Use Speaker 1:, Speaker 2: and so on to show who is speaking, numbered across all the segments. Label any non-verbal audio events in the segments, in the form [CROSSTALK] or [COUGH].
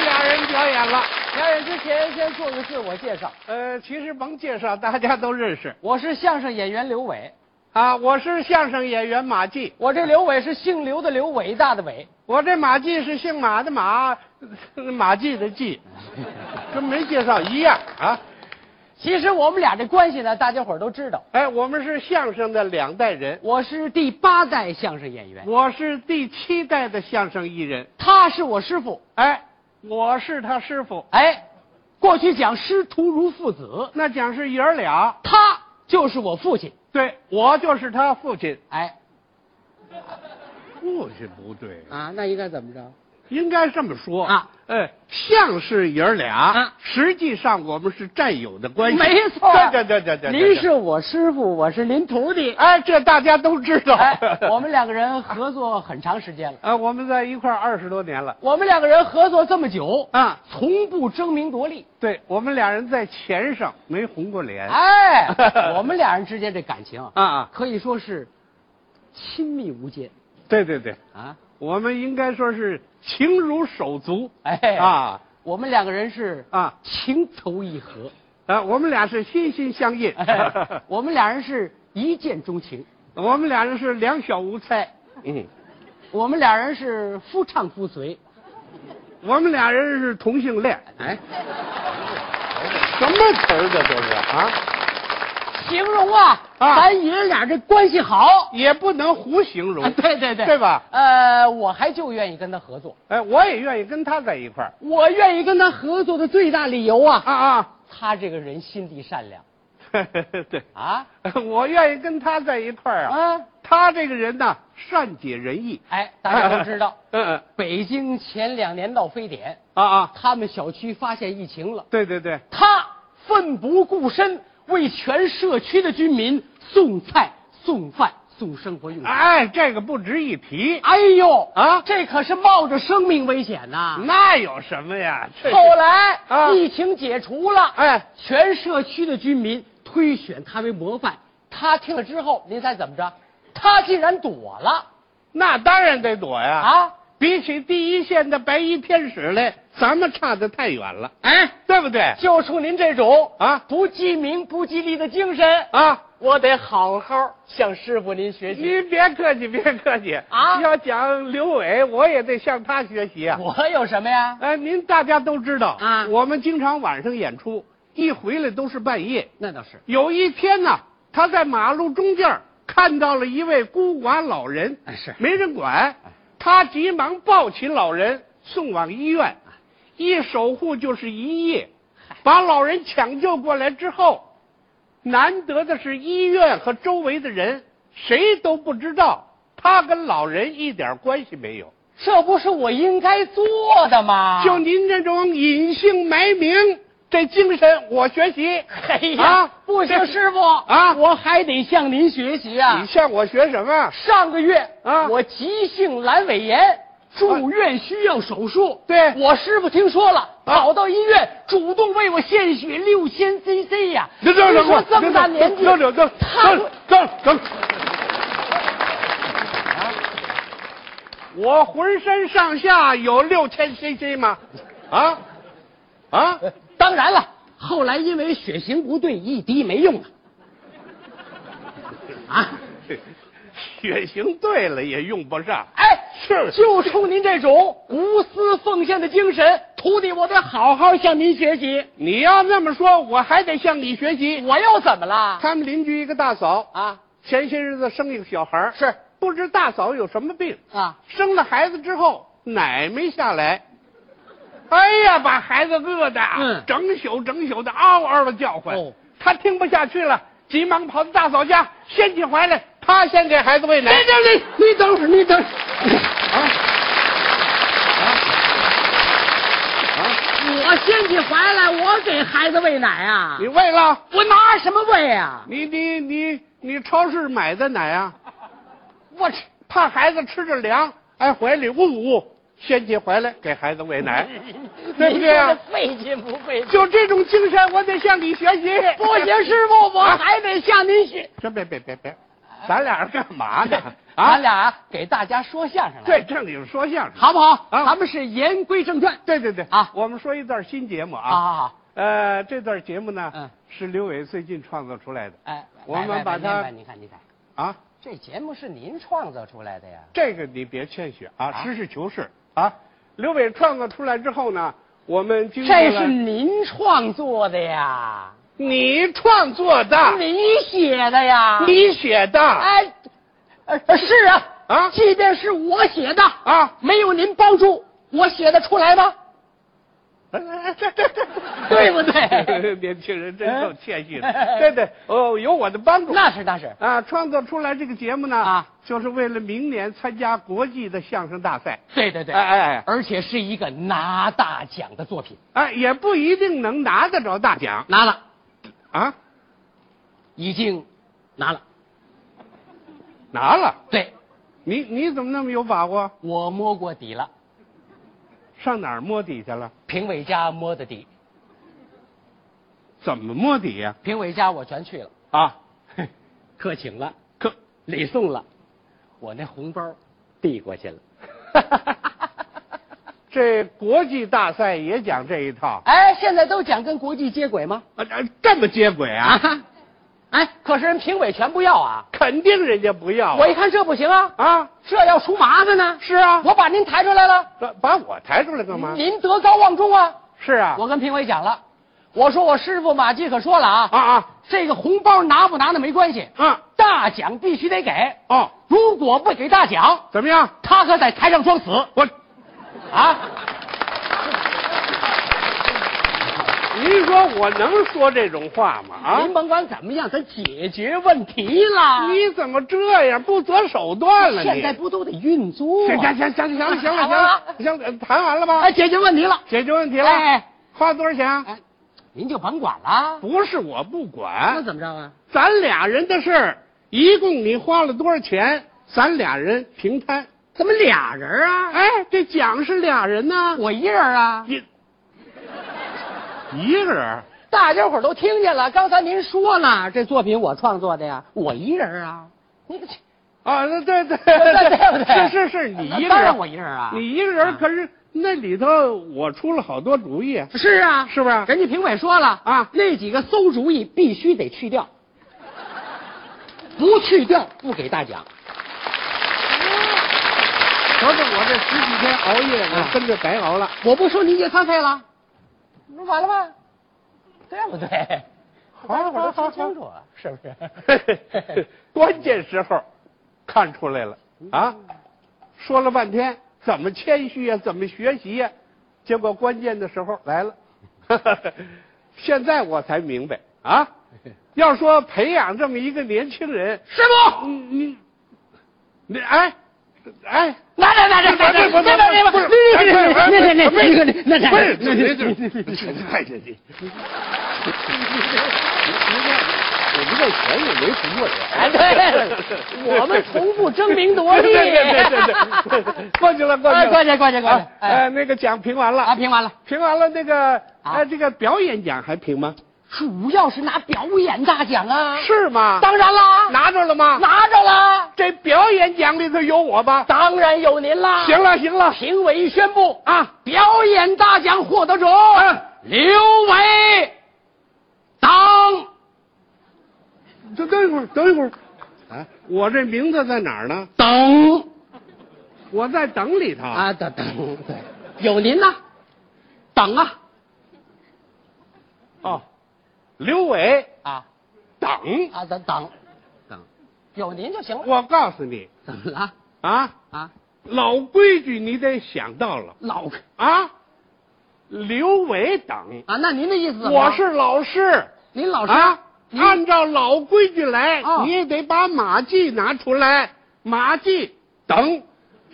Speaker 1: 表演了。
Speaker 2: 表演之前先做个自我介绍，
Speaker 1: 呃，其实甭介绍，大家都认识
Speaker 2: 我是相声演员刘伟，
Speaker 1: 啊。我是相声演员马季，
Speaker 2: 我这刘伟是姓刘的刘，伟大的伟。
Speaker 1: 我这马季是姓马的马， [LAUGHS] 马季的季，跟没介绍一样啊。
Speaker 2: 其实我们俩这关系呢，大家伙儿都知道，
Speaker 1: 哎，我们是相声的两代人，
Speaker 2: 我是第八代相声演员，
Speaker 1: 我是第七代的相声艺人，
Speaker 2: 他是我师傅。
Speaker 1: 哎，我是他师傅，
Speaker 2: 哎，过去讲师徒如父子，
Speaker 1: 那讲是爷儿俩，
Speaker 2: 他就是我父亲。
Speaker 1: 对我就是他父亲。
Speaker 2: 哎，
Speaker 1: 父亲不对，
Speaker 2: 啊，那应该怎么着？
Speaker 1: 应该这么说
Speaker 2: 啊。
Speaker 1: 哎，像是爷儿俩，
Speaker 2: 啊
Speaker 1: 实际上我们是战友的关系。
Speaker 2: 没错啊
Speaker 1: 对对对对对。对
Speaker 2: 您是。我师傅，我是您徒弟。
Speaker 1: 哎，这大家都知道。
Speaker 2: 哎， [LAUGHS]
Speaker 1: [LAUGHS]
Speaker 2: 我们两个人合作很长时间了，
Speaker 1: 啊，我们在一块儿二十多年了。
Speaker 2: 我们两个人合作这么久，
Speaker 1: 啊，
Speaker 2: 从不争名夺利。
Speaker 1: 对，我们俩人在钱上没红过脸。[LAUGHS]
Speaker 2: 哎，我们俩人之间这感情
Speaker 1: 啊啊，
Speaker 2: 可以说是亲密无间
Speaker 1: 对对对，
Speaker 2: 啊！
Speaker 1: 我们应该说是情如手足。
Speaker 2: 哎
Speaker 1: 啊
Speaker 2: 我们两个人是
Speaker 1: 啊
Speaker 2: 情投
Speaker 1: [LAUGHS]
Speaker 2: 意合，
Speaker 1: 啊，我们俩是心心相印。
Speaker 2: 哎我们俩人是一见钟情，
Speaker 1: [LAUGHS] 我们俩人是两小无猜。嗯，
Speaker 2: 我们俩人是夫唱妇随。
Speaker 1: 我们俩人是同性恋。
Speaker 2: 哎，
Speaker 1: 什么词儿这都是啊？
Speaker 2: 形容啊，
Speaker 1: 啊
Speaker 2: 咱爷俩这关系好。
Speaker 1: 也不能胡形容。
Speaker 2: 啊 [LAUGHS] 对对对，
Speaker 1: 对吧？
Speaker 2: 呃，我还就愿意跟他合作。
Speaker 1: 哎，我也愿意跟他在一块儿
Speaker 2: 我愿意跟他合作的最大理由啊，
Speaker 1: 啊 [LAUGHS] 啊！
Speaker 2: 他这个人心地善良
Speaker 1: 对，
Speaker 2: 啊
Speaker 1: 我愿意跟他在一块儿啊。
Speaker 2: 啊！
Speaker 1: 他这个人呢，善解人意。
Speaker 2: 哎，大家都知道，
Speaker 1: [LAUGHS] 嗯嗯
Speaker 2: 北京前两年闹非典，
Speaker 1: 啊啊！
Speaker 2: 他们小区发现疫情了，
Speaker 1: 对对对，
Speaker 2: 他奋不顾身为全社区的居民送菜、送饭、送生活用品。
Speaker 1: 哎，这个不值一提，
Speaker 2: 哎呦
Speaker 1: 啊
Speaker 2: 这可是冒着生命危险呐、
Speaker 1: 那有什么呀？这
Speaker 2: 啊后来、
Speaker 1: 啊
Speaker 2: 疫情解除了，
Speaker 1: 哎，
Speaker 2: 全社区的居民推选他为模范。他听了之后，您猜怎么着？他竟然躲了
Speaker 1: 那当然得躲呀！，
Speaker 2: 啊！
Speaker 1: 比起第一线的白衣天使来，咱们差得太远了，
Speaker 2: 哎，
Speaker 1: 对不对？
Speaker 2: 就冲您这种
Speaker 1: 啊
Speaker 2: 不记名不记利的精神，
Speaker 1: 啊，
Speaker 2: 我得好好向师傅您学习。
Speaker 1: 您别客气，别客气
Speaker 2: 啊
Speaker 1: 要讲刘伟，我也得向他学习啊。
Speaker 2: 我有什么呀？
Speaker 1: 哎，您大家都知道
Speaker 2: 啊
Speaker 1: 我们经常晚上演出，一回来都是半夜。
Speaker 2: 那倒是。
Speaker 1: 有一天呢，他在马路中间儿看到了一位孤寡老人，
Speaker 2: 哎是
Speaker 1: 没人管，
Speaker 2: 哎
Speaker 1: 他急忙抱起老人送往医院，
Speaker 2: 哎
Speaker 1: 一守护就是一夜，把老人抢救过来之后，难得的是医院和周围的人谁都不知道他跟老人一点关系没有。
Speaker 2: 这不是我应该做的吗？
Speaker 1: 就您这种隐姓埋名这精神，我学习。
Speaker 2: 嘿哎呀，
Speaker 1: 啊
Speaker 2: 不行，
Speaker 1: 这
Speaker 2: 师傅
Speaker 1: 啊
Speaker 2: 我还得向您学习
Speaker 1: 你
Speaker 2: 啊！
Speaker 1: 向我学什么？
Speaker 2: 上个月
Speaker 1: 啊
Speaker 2: 我急性阑尾炎住院需要手术，
Speaker 1: 对
Speaker 2: 我师傅听说了，跑到医院主动为我献血六千 CC 呀！
Speaker 1: 你这
Speaker 2: 你说这么大年纪，
Speaker 1: 等等等
Speaker 2: 他
Speaker 1: 等等等，我浑身上下有六千 CC 吗？啊啊！
Speaker 2: 当然了，后来因为血型不对，一滴没 [LAUGHS] 用了。啊，
Speaker 1: [LAUGHS] 血型对了也用不上，
Speaker 2: 哎，
Speaker 1: 是
Speaker 2: 就冲您这种无私奉献的精神，徒弟，我得好好向您学习。
Speaker 1: 你要那么说，我还得向你学习。
Speaker 2: 我又怎么了？
Speaker 1: 他们邻居一个大嫂，
Speaker 2: 啊，
Speaker 1: 前些日子生一个小孩儿
Speaker 2: 是
Speaker 1: 不知大嫂有什么病，
Speaker 2: 啊，
Speaker 1: 生了孩子之后奶没下来，哎呀，把孩子饿的，啊
Speaker 2: 嗯
Speaker 1: 整宿整宿的嗷嗷的叫唤，
Speaker 2: 哦
Speaker 1: 他听不下去了，急忙跑到大嫂家，掀起怀来，他先给孩子喂奶。
Speaker 2: 这你你等会儿，你等会
Speaker 1: 啊啊
Speaker 2: 儿，我掀起怀来，我给孩子喂奶啊
Speaker 1: 啊！你喂了？
Speaker 2: 我拿什么喂啊？
Speaker 1: 你你你你超市买的奶啊？
Speaker 2: 我吃
Speaker 1: 怕孩子吃着凉，哎，怀里呜呜，掀起怀来给孩子喂
Speaker 2: [LAUGHS]
Speaker 1: 奶，对不对哎啊
Speaker 2: 您说这费劲不费劲？
Speaker 1: 就这种精神，我得向你学习。
Speaker 2: 不行，师傅，我
Speaker 1: 哎啊
Speaker 2: 还得向您学。
Speaker 1: 真别别别别，咱俩是干嘛呢？啊，
Speaker 2: 咱俩给大家说相声来，
Speaker 1: 对，正经说相声。
Speaker 2: 好不好？
Speaker 1: 啊
Speaker 2: 咱们是言归正传
Speaker 1: 对对对
Speaker 2: 啊
Speaker 1: 我们说一段新节目
Speaker 2: 好
Speaker 1: 啊。
Speaker 2: 好好，
Speaker 1: 呃，这段节目呢，
Speaker 2: 嗯
Speaker 1: 是刘伟最近创作出来的
Speaker 2: 哎，
Speaker 1: 我们
Speaker 2: 来来
Speaker 1: 把
Speaker 2: 您
Speaker 1: 它
Speaker 2: 看您看，您看，
Speaker 1: 啊。
Speaker 2: 这节目是您创造出来的呀？
Speaker 1: 这个你别谦虚啊，
Speaker 2: 啊
Speaker 1: 实事求是啊。刘伟创作出来之后呢，我们经过
Speaker 2: 这
Speaker 1: 了
Speaker 2: 是您创作的呀？
Speaker 1: 你创作的，
Speaker 2: 你写的呀？
Speaker 1: 啊你写的
Speaker 2: 哎，呃呃是啊，
Speaker 1: 啊
Speaker 2: 即便是我写的，
Speaker 1: 啊。
Speaker 2: 没有您帮助，我写得出来吗？对不对
Speaker 1: 年轻人真够谦虚的。
Speaker 2: 哎
Speaker 1: 对对，哦，有我的帮助。
Speaker 2: 那是那是，
Speaker 1: 啊，创作出来这个节目呢，
Speaker 2: 啊
Speaker 1: 就是为了明年参加国际的相声大赛。
Speaker 2: 对对对，
Speaker 1: 哎哎
Speaker 2: 而且是一个拿大奖的作品，
Speaker 1: 哎，哎，也不一定能拿得着大奖
Speaker 2: 拿了，
Speaker 1: 啊，
Speaker 2: 已经拿了。
Speaker 1: 拿了。
Speaker 2: 对，
Speaker 1: 你你怎么那么有把握？
Speaker 2: 我摸过底了，
Speaker 1: 上哪儿摸底去了？
Speaker 2: 评委家摸的底，
Speaker 1: 怎么摸底呀、
Speaker 2: 评委家我全去了，
Speaker 1: 啊，
Speaker 2: 嘿客请了，
Speaker 1: [LAUGHS] 可 [LAUGHS]
Speaker 2: 礼送了，我那红包递过去了。
Speaker 1: 这国际大赛也讲这一套，
Speaker 2: [LAUGHS] 哎，现在都讲跟国际接轨吗？
Speaker 1: 啊，这这么接轨啊？
Speaker 2: 啊， [LAUGHS] 哎，可是人评委全不要啊！
Speaker 1: 肯定人家不要啊
Speaker 2: 我一看这不行啊，
Speaker 1: 啊！
Speaker 2: 这要出麻烦呢。
Speaker 1: 是啊，
Speaker 2: 我把您抬出来了，
Speaker 1: 把呃把我抬出来干嘛？
Speaker 2: 您德高望重啊！
Speaker 1: 是啊，
Speaker 2: 我跟评委讲了，我说我师傅马季可说了啊，
Speaker 1: 啊啊
Speaker 2: 这个红包拿不拿的没关系，
Speaker 1: 啊
Speaker 2: 大奖必须得给，
Speaker 1: 哦，
Speaker 2: 如果不给大奖，
Speaker 1: 怎么样？
Speaker 2: 他可在台上装死
Speaker 1: 我
Speaker 2: 啊！
Speaker 1: 您说我能说这种话吗？啊
Speaker 2: 您，甭管怎么样，咱解决问题啦。
Speaker 1: 你怎么这样不择手段了？你
Speaker 2: 现在不都得运作
Speaker 1: 行
Speaker 2: 吗
Speaker 1: 行？行行行了行了行
Speaker 2: 好吧
Speaker 1: 了行了，谈完了吧
Speaker 2: 哎，？解决问题了。
Speaker 1: 解决问题了，
Speaker 2: 哎，
Speaker 1: 花多少钱啊？
Speaker 2: 哎，您就甭管了。
Speaker 1: 不是我不管，
Speaker 2: 怎么着啊？
Speaker 1: 咱俩人的事儿，一共你花了多少钱？咱俩人平摊。
Speaker 2: 怎么俩人啊？
Speaker 1: 哎，这奖是俩人呢、
Speaker 2: 我一人啊。
Speaker 1: 一一个人，
Speaker 2: 大家伙都听见了，刚才您说了，这作品我创作的呀，我一
Speaker 1: [LAUGHS]
Speaker 2: 人啊。你对
Speaker 1: 啊，那对对
Speaker 2: 对不对？
Speaker 1: [LAUGHS] 是是是，你一个
Speaker 2: 当然
Speaker 1: 人，
Speaker 2: 我一人啊。
Speaker 1: 你一个人，
Speaker 2: 啊
Speaker 1: 可是那里头我出了好多主意，
Speaker 2: 是啊，
Speaker 1: 是不是？
Speaker 2: 人家评委说了
Speaker 1: 啊
Speaker 2: 那几个馊主意必须得去掉，不去掉不给大奖。
Speaker 1: 不是我这十几天熬夜，我跟着白熬了。？
Speaker 2: 我不收您夜餐费了，那完了吧？对不对？大家伙都听清楚，啊，是不是
Speaker 1: [LAUGHS] 关键时候看出来了啊！说了半天怎么谦虚呀、怎么学习呀、结果关键的时候来了。现在我才明白啊！要说培养这么一个年轻人，
Speaker 2: 师傅，
Speaker 1: 你你你哎哎，
Speaker 2: 来来来来来来，别别别别，那那那那那那那
Speaker 1: 不是这这
Speaker 2: 那
Speaker 1: 这这太这这。我们在前也没服过人，
Speaker 2: 哎，对，我们从不争名夺利。
Speaker 1: 对对对对对，过去了过去了，
Speaker 2: 哎过去过去过去
Speaker 1: 啊
Speaker 2: 哎
Speaker 1: 呃，那个奖评完
Speaker 2: 啊，
Speaker 1: 了，
Speaker 2: 评完了，
Speaker 1: 评完了那个，
Speaker 2: 啊
Speaker 1: 哎，这个表演奖还评吗？
Speaker 2: 主要是拿表演大奖啊。，
Speaker 1: 是吗？
Speaker 2: 当然啦，
Speaker 1: 拿着了吗？
Speaker 2: 拿着啦，
Speaker 1: 这表演奖里头有我吧？
Speaker 2: 当然有您啦。
Speaker 1: 行，了行了
Speaker 2: 评委宣布
Speaker 1: 啊，
Speaker 2: 表演大奖获得者刘伟，当。
Speaker 1: 等等一会儿，等一会儿，啊，我这名字在哪儿呢？
Speaker 2: 等
Speaker 1: 我在等里头。
Speaker 2: 啊，等等，对，有您呢，等啊
Speaker 1: 哦，刘伟
Speaker 2: 啊
Speaker 1: 等，
Speaker 2: 啊，等等等，有您就行了。
Speaker 1: 我告诉你
Speaker 2: 怎么了
Speaker 1: 啊，
Speaker 2: 啊？
Speaker 1: 老规矩你得想到了
Speaker 2: 老
Speaker 1: 啊，刘伟等，
Speaker 2: 啊，那您的意思怎么
Speaker 1: 我
Speaker 2: 样？
Speaker 1: 是老师。
Speaker 2: 您老师
Speaker 1: 啊，
Speaker 2: 您
Speaker 1: 按照老规矩来，
Speaker 2: 哦
Speaker 1: 你也得把马季拿出来，马季等，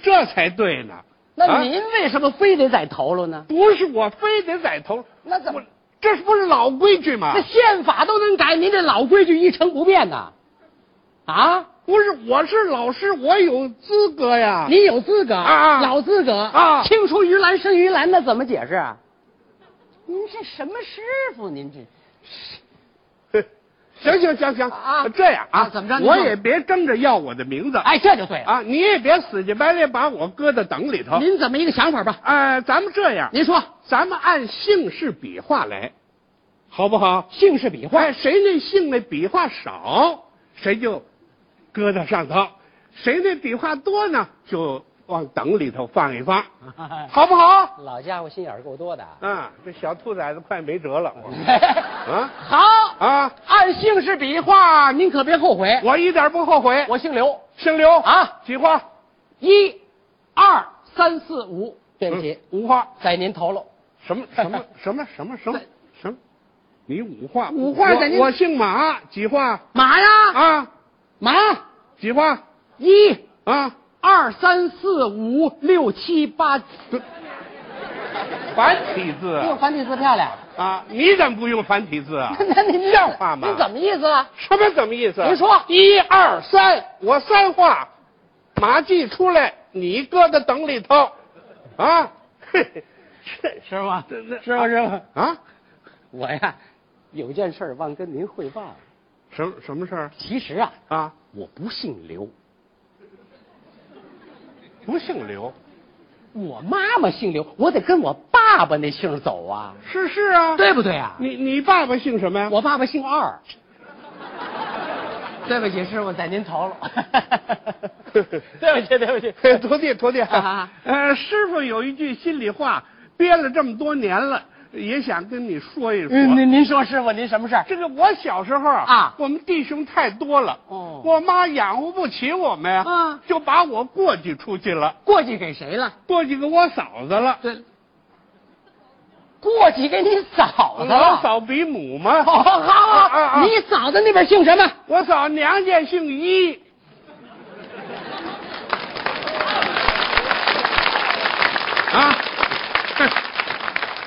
Speaker 1: 这才对呢。
Speaker 2: 那
Speaker 1: 啊
Speaker 2: 您为什么非得在头了呢？
Speaker 1: 不是我非得在头，
Speaker 2: 那怎么
Speaker 1: 我？这是不是老规矩吗
Speaker 2: 那？宪法都能改，您这老规矩一成不变呐？啊，
Speaker 1: 不是，我是老师，我有资格呀。
Speaker 2: 您有资格
Speaker 1: 啊啊
Speaker 2: 老资格
Speaker 1: 啊
Speaker 2: 青出于蓝胜于蓝，那怎么解释啊？您这什么师傅？您这
Speaker 1: 你行行行行
Speaker 2: 啊
Speaker 1: 这样啊，
Speaker 2: 啊怎么着您
Speaker 1: 我
Speaker 2: 说
Speaker 1: 也别争着要我的名字，
Speaker 2: 哎，这就对了。
Speaker 1: 啊，你也别死乞白赖把我搁在等里头。
Speaker 2: 您怎么一个想法吧？
Speaker 1: 呃，咱们这样，
Speaker 2: 您说
Speaker 1: 咱们按姓氏比划来，好不好？
Speaker 2: 姓氏比划，
Speaker 1: 哎，谁那姓那笔画少，谁就搁到上头；谁那笔画多呢，就往等里头放一放， [LAUGHS] 好不好？
Speaker 2: 老家伙心眼儿够多的啊。
Speaker 1: 啊，这小兔崽子快没 [LAUGHS] 辙了，我
Speaker 2: 啊
Speaker 1: 啊，
Speaker 2: 好，
Speaker 1: 啊，
Speaker 2: 按姓氏比划，您可别后悔。
Speaker 1: 我一点不后悔。
Speaker 2: 我姓刘，
Speaker 1: 姓刘
Speaker 2: 啊，
Speaker 1: 几画？
Speaker 2: 一、二、三、四、五，对不起，
Speaker 1: 嗯，五画。
Speaker 2: 在您头喽。
Speaker 1: 什 [LAUGHS] 么什么什么什么什么什么？ [LAUGHS] 你五画？
Speaker 2: 五画
Speaker 1: 我
Speaker 2: 在您
Speaker 1: 我姓马，几画？
Speaker 2: 马呀，
Speaker 1: 啊，
Speaker 2: 马，
Speaker 1: 几画？
Speaker 2: 一、
Speaker 1: 啊，
Speaker 2: 二、三、四、五、六、七、八，
Speaker 1: 繁体字
Speaker 2: 用繁体字漂亮。
Speaker 1: 啊？你怎么不用繁体字啊？
Speaker 2: [LAUGHS] 那您
Speaker 1: 像话吗
Speaker 2: 您怎么意思啊？
Speaker 1: 什么怎么意思？
Speaker 2: 您说
Speaker 1: 一二三，我三画，马季出来，你搁在等里头，啊，嘿， [LAUGHS] 是
Speaker 2: 是吗
Speaker 1: 这这
Speaker 2: 是吗是吗
Speaker 1: 啊，
Speaker 2: 我呀，有件事儿忘跟您汇报了。
Speaker 1: 什么什么事儿
Speaker 2: 其实啊，
Speaker 1: 啊？
Speaker 2: 我不姓刘，
Speaker 1: 不姓刘，
Speaker 2: 我妈妈姓刘，我得跟我爸爸那姓儿走啊，
Speaker 1: 是是啊，，
Speaker 2: 对不对啊？
Speaker 1: 你你爸爸姓什么呀？
Speaker 2: 我爸爸
Speaker 1: [LAUGHS]
Speaker 2: 姓二。对不起，师傅，在您头了。
Speaker 1: [LAUGHS]
Speaker 2: [LAUGHS] 对不起，对不起。
Speaker 1: 嘿徒弟徒弟，
Speaker 2: 啊
Speaker 1: 呃，师傅有一句心里话，憋了这么多年了，也想跟你说一说。
Speaker 2: 嗯，您您说师傅您什么事儿？
Speaker 1: 这个我小时候
Speaker 2: 啊
Speaker 1: 我们弟兄太多了，
Speaker 2: 哦
Speaker 1: 我妈养活不起我们呀，
Speaker 2: 嗯
Speaker 1: 就把我过继出去了，
Speaker 2: 过继给谁了？
Speaker 1: 过继给我嫂子了，
Speaker 2: 对，过继给你嫂
Speaker 1: 我
Speaker 2: 子了。
Speaker 1: 哦
Speaker 2: 哦
Speaker 1: 嫂比母嘛，
Speaker 2: 好好好
Speaker 1: 啊啊
Speaker 2: 好，你嫂子那边姓
Speaker 1: [LAUGHS]
Speaker 2: 什么？
Speaker 1: 我嫂娘家姓一，啊，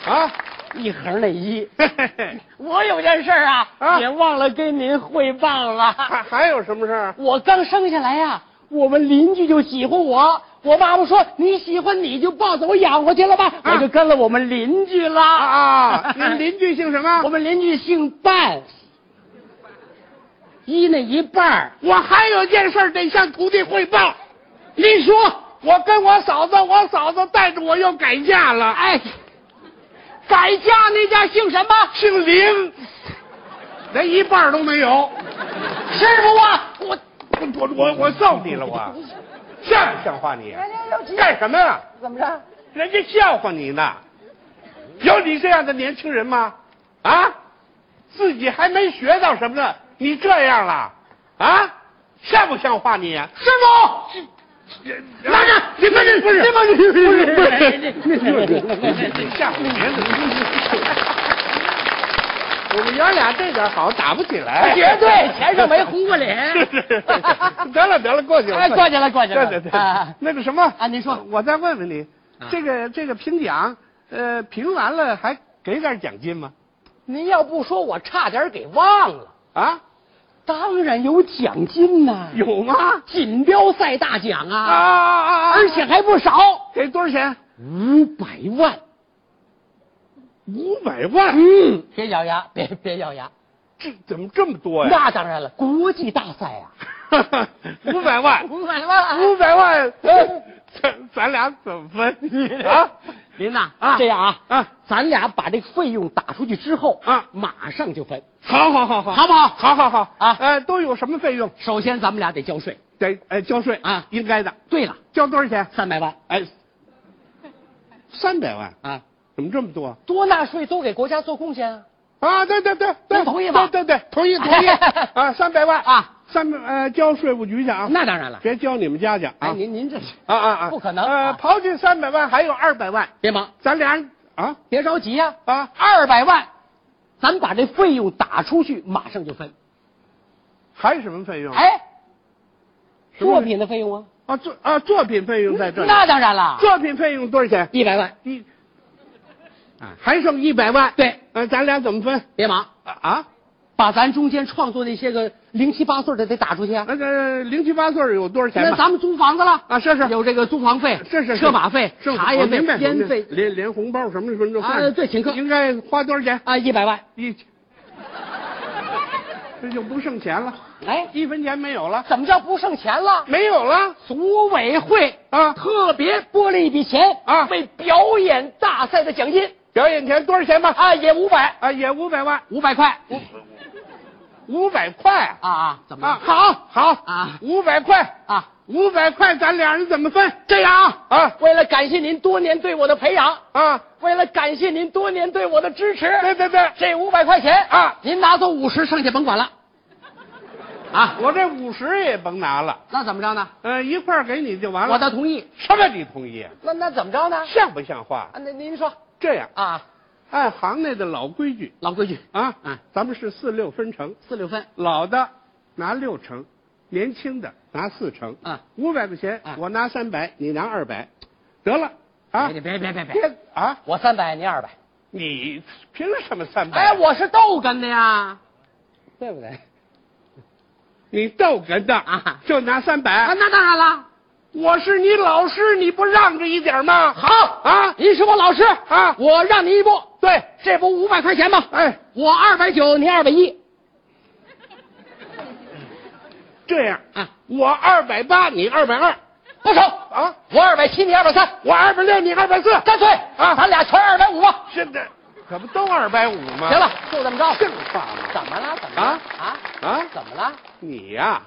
Speaker 1: [LAUGHS] 啊，
Speaker 2: 一横内
Speaker 1: [LAUGHS]
Speaker 2: 衣。
Speaker 1: 嘿嘿嘿，
Speaker 2: 我有件事儿啊，
Speaker 1: 啊
Speaker 2: 也忘了跟您汇报了。
Speaker 1: 还还有什么事儿？
Speaker 2: 我刚生下来呀、我们邻居就喜欢我。我爸爸说你喜欢你就抱着我养活去了吧，
Speaker 1: 啊
Speaker 2: 我就跟了我们邻居了。啊
Speaker 1: 啊 [LAUGHS] 啊，
Speaker 2: [LAUGHS]
Speaker 1: 您邻居姓什么？
Speaker 2: 我们邻居姓半，一那一半儿。
Speaker 1: 我还有件事儿得向徒弟汇报。
Speaker 2: 您说，
Speaker 1: 我跟我嫂子，我嫂子带着我又改嫁了，
Speaker 2: 哎，改嫁那家姓什么？
Speaker 1: 姓林，连一半儿都没有。
Speaker 2: 师傅啊，我
Speaker 1: 我我我我揍你了，我像不像话你？干什么呀？怎么着？人家笑话你呢，有你这样的年轻人吗？啊，自己还没学到什么呢，你这样了，啊，像不像话你？
Speaker 2: 师傅。
Speaker 1: 拿着，你不是不是
Speaker 2: 不是
Speaker 1: 不是不
Speaker 2: 不是
Speaker 1: 是
Speaker 2: 不是
Speaker 1: 吓唬别人。我们爷俩这点好，打不起来。
Speaker 2: 绝对前上没红过脸
Speaker 1: 是是是得了得了，过去了。
Speaker 2: 哎过去了过去了
Speaker 1: 对对对
Speaker 2: 啊，
Speaker 1: 那个什么呃
Speaker 2: 啊您说
Speaker 1: 我再问问你
Speaker 2: 啊，
Speaker 1: 这个这个评奖，呃，评完了还给点奖金吗？
Speaker 2: 您要不说，我差点给忘了。
Speaker 1: 啊，
Speaker 2: 当然有奖金呐、
Speaker 1: 有吗？
Speaker 2: 锦标赛大奖
Speaker 1: 啊
Speaker 2: 啊，
Speaker 1: 啊啊！啊
Speaker 2: 而且还不少，
Speaker 1: 给多少钱？
Speaker 2: 五百万。
Speaker 1: 五百万，
Speaker 2: 嗯，别咬牙，别别咬牙。
Speaker 1: 这怎么这么多呀？
Speaker 2: 那当然了，国际大赛啊，
Speaker 1: [LAUGHS] 五百万，
Speaker 2: 五百万 [LAUGHS]
Speaker 1: 五百万，呃咱咱俩怎么分啊？
Speaker 2: 您呐，
Speaker 1: 啊
Speaker 2: 这样啊，
Speaker 1: 啊，
Speaker 2: 咱俩把这个费用打出去之后
Speaker 1: 啊
Speaker 2: 马上就分，
Speaker 1: 好好好好，
Speaker 2: 好不好
Speaker 1: 好好好
Speaker 2: 啊
Speaker 1: 呃，都有什么费用？
Speaker 2: 首先咱们俩得交税。
Speaker 1: 得呃交税
Speaker 2: 啊
Speaker 1: 应该的，
Speaker 2: 对了，
Speaker 1: 交多少钱？
Speaker 2: 三百万
Speaker 1: 哎，三百万，
Speaker 2: 啊，
Speaker 1: 怎么这么多
Speaker 2: 多纳税都给国家做贡献啊。
Speaker 1: 啊？对对对，对
Speaker 2: 您同意吗
Speaker 1: 对对对，同意同
Speaker 2: [LAUGHS]
Speaker 1: 意啊，三百万
Speaker 2: 啊，
Speaker 1: 三百呃交税务局去啊，
Speaker 2: 那当然了，
Speaker 1: 别交你们家去啊
Speaker 2: 哎，您您这是
Speaker 1: 啊啊啊，
Speaker 2: 不可能
Speaker 1: 呃，
Speaker 2: 啊
Speaker 1: 刨去三百万还有二百万，
Speaker 2: 别忙，
Speaker 1: 咱俩人啊
Speaker 2: 别着急呀、
Speaker 1: 啊
Speaker 2: 二百万，咱把这费用打出去，马上就分。
Speaker 1: 还有什么费用？
Speaker 2: 哎，
Speaker 1: 啊什么
Speaker 2: 作品的费用啊？
Speaker 1: 啊，作啊作品费用在这里。
Speaker 2: 那当然了，
Speaker 1: 作品费用多少钱？
Speaker 2: 一百万。
Speaker 1: 一啊，还剩一百万。
Speaker 2: 对，
Speaker 1: 呃，咱俩怎么分？
Speaker 2: 别忙，
Speaker 1: 啊啊，
Speaker 2: 把咱中间创作那些个零七八碎的得打出去啊。
Speaker 1: 那个零七八岁有多少钱
Speaker 2: 那
Speaker 1: 吧？
Speaker 2: 咱们租房子了
Speaker 1: 啊哎是是
Speaker 2: 有这个租房费，
Speaker 1: 是是是
Speaker 2: 车马费、
Speaker 1: 是
Speaker 2: 茶叶
Speaker 1: 我明
Speaker 2: 费
Speaker 1: 白、
Speaker 2: 烟费
Speaker 1: 我明白连连红包什么什么都算
Speaker 2: 啊对请客
Speaker 1: 应该花多少钱？
Speaker 2: 啊，一百万。
Speaker 1: 一这就不剩钱了，
Speaker 2: 哎，
Speaker 1: 一分钱没有了，
Speaker 2: 怎么叫不剩钱了？
Speaker 1: 没有了
Speaker 2: 组委会
Speaker 1: 啊！
Speaker 2: 特别拨了一笔钱
Speaker 1: 啊
Speaker 2: 为表演大赛的奖金
Speaker 1: 表演前多少钱吧？
Speaker 2: 啊，也五百，
Speaker 1: 啊，也五百万，
Speaker 2: 五百块
Speaker 1: 五百块
Speaker 2: 啊啊，怎么
Speaker 1: 啊！
Speaker 2: 了
Speaker 1: 好，好
Speaker 2: 啊
Speaker 1: 五百块，
Speaker 2: 啊？
Speaker 1: 五百块，咱俩人怎么分？
Speaker 2: 这样啊
Speaker 1: 啊
Speaker 2: 为了感谢您多年对我的培养，
Speaker 1: 啊！
Speaker 2: 为了感谢您多年对我的支持，
Speaker 1: 对对对，
Speaker 2: 这五百块钱
Speaker 1: 啊
Speaker 2: 您拿走五十，剩下甭管了。啊，
Speaker 1: 我这五十也甭拿了，
Speaker 2: 那怎么着呢？
Speaker 1: 嗯、一块儿给你就完了。
Speaker 2: 我的同意。
Speaker 1: 什么？你同意？啊
Speaker 2: 那那怎么着呢？
Speaker 1: 像不像话
Speaker 2: 啊，？那您说
Speaker 1: 这样，
Speaker 2: 啊，
Speaker 1: 按行内的老规矩
Speaker 2: 老规矩，
Speaker 1: 啊，
Speaker 2: 嗯
Speaker 1: 咱们是四六分成，
Speaker 2: 四六分，
Speaker 1: 老的拿六成，年轻的拿四成。
Speaker 2: 嗯
Speaker 1: 五百块钱
Speaker 2: 嗯
Speaker 1: 我拿三百，你拿二百，得了啊！
Speaker 2: 别别别别别
Speaker 1: 别啊！
Speaker 2: 我三百，您二百。
Speaker 1: 你凭什么三百？
Speaker 2: 哎，我是逗哏的呀，对不对？
Speaker 1: 你逗哏的
Speaker 2: 啊
Speaker 1: 就拿三
Speaker 2: 啊，
Speaker 1: 百。
Speaker 2: 那当然了。
Speaker 1: 我是你老师，你不让着一点吗？
Speaker 2: 好
Speaker 1: 啊
Speaker 2: 您是我老师
Speaker 1: 啊
Speaker 2: 我让您一步，
Speaker 1: 对，
Speaker 2: 这不五百块钱吗？
Speaker 1: 哎，
Speaker 2: 我二百九，您二百一。
Speaker 1: 这样
Speaker 2: 啊，
Speaker 1: 我二百八，你二百二，
Speaker 2: 不成
Speaker 1: 啊！
Speaker 2: 我二百七，你二百三，
Speaker 1: 我二百六，你二百四，
Speaker 2: 干脆
Speaker 1: 啊
Speaker 2: 咱俩全二百五吧。
Speaker 1: 现在可不都二百五吗？
Speaker 2: 行了，就这么着。
Speaker 1: 像话吗？
Speaker 2: 怎么了？怎么了？
Speaker 1: 啊
Speaker 2: 啊
Speaker 1: 啊
Speaker 2: 怎么了？
Speaker 1: 你呀、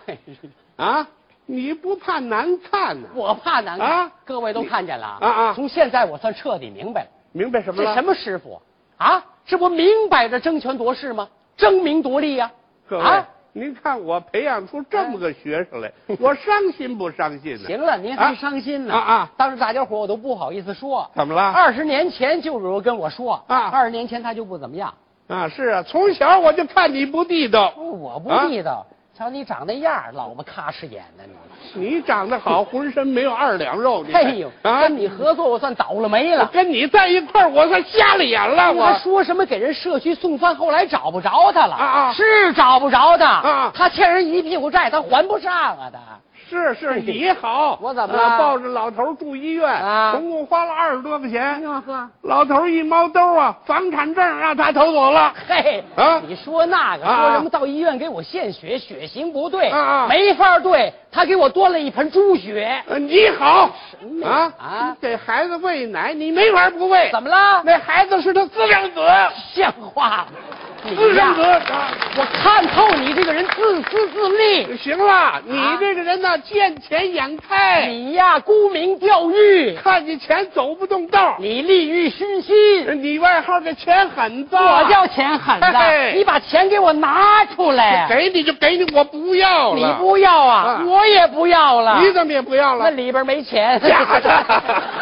Speaker 1: 啊，你不怕难看呐、
Speaker 2: [LAUGHS] 我怕难看
Speaker 1: 啊
Speaker 2: 各位都看见了
Speaker 1: 啊啊
Speaker 2: 从现在我算彻底明白了，
Speaker 1: 明白什么
Speaker 2: 这
Speaker 1: 了？
Speaker 2: 什？么师傅啊？这不明摆着争权夺势吗？争名夺利呀、
Speaker 1: 各位，
Speaker 2: 啊
Speaker 1: 您看我培养出这么个学
Speaker 2: [LAUGHS]
Speaker 1: 生来，我伤心不伤心呢？
Speaker 2: 行了，您
Speaker 1: 啊
Speaker 2: 还伤心呢
Speaker 1: 啊啊！
Speaker 2: 当着大家伙我都不好意思说。
Speaker 1: 怎么了？
Speaker 2: 二十年前就有人跟我说
Speaker 1: 啊
Speaker 2: 二十年前他就不怎么样。哦
Speaker 1: 啊，是啊，从小我就看你不地道。
Speaker 2: 我不
Speaker 1: 啊
Speaker 2: 地道，瞧你长那样儿，老么咔哧眼的你。
Speaker 1: 你长得好，浑身没有二两肉。你看
Speaker 2: 哎呦，
Speaker 1: 啊，
Speaker 2: 跟你合作我算倒了霉
Speaker 1: [LAUGHS] 我
Speaker 2: 了。
Speaker 1: 跟你在一块儿，我算瞎了眼了。
Speaker 2: 我还
Speaker 1: 我
Speaker 2: 说什么给人社区送饭，后来找不着他了
Speaker 1: 啊啊
Speaker 2: 是找不着他
Speaker 1: 啊
Speaker 2: 他欠人一屁股债，他还不上啊他。
Speaker 1: 是是你好，
Speaker 2: 我怎么了
Speaker 1: 啊抱着老头儿住医院，
Speaker 2: 啊哎
Speaker 1: 总共花了二十多块钱。
Speaker 2: 呦呵，
Speaker 1: 老头儿一猫兜啊，房产证让他偷走了。
Speaker 2: 嘿，
Speaker 1: 啊
Speaker 2: 你说那个
Speaker 1: 啊啊
Speaker 2: 说什么到医院给我献血，血型不对，
Speaker 1: 啊啊
Speaker 2: 没法对，他给我多了一盆猪血，
Speaker 1: 呃你好
Speaker 2: 么
Speaker 1: 啊
Speaker 2: 啊
Speaker 1: 你给孩子喂奶，你没法不喂。
Speaker 2: 怎么了？
Speaker 1: 那孩子是他私生子，
Speaker 2: [LAUGHS] 像话吗？
Speaker 1: 私
Speaker 2: 你呀
Speaker 1: 生子。，啊
Speaker 2: 我看透你这个人自私自利，
Speaker 1: 行了，你这个人呢，见钱眼开。
Speaker 2: 啊你呀沽名钓誉，
Speaker 1: 哎看见钱走不动道，
Speaker 2: 你利欲熏心，
Speaker 1: 你外号这钱狠子，
Speaker 2: 我叫钱狠
Speaker 1: 嘿
Speaker 2: 的，你把钱给我拿出来，
Speaker 1: 给你就给你，我不要
Speaker 2: 你
Speaker 1: 了，
Speaker 2: 不要
Speaker 1: 啊
Speaker 2: 啊，我也不要了，
Speaker 1: 你怎么也不要
Speaker 2: 那
Speaker 1: 了？
Speaker 2: 里边没钱，
Speaker 1: 假的
Speaker 2: [LAUGHS]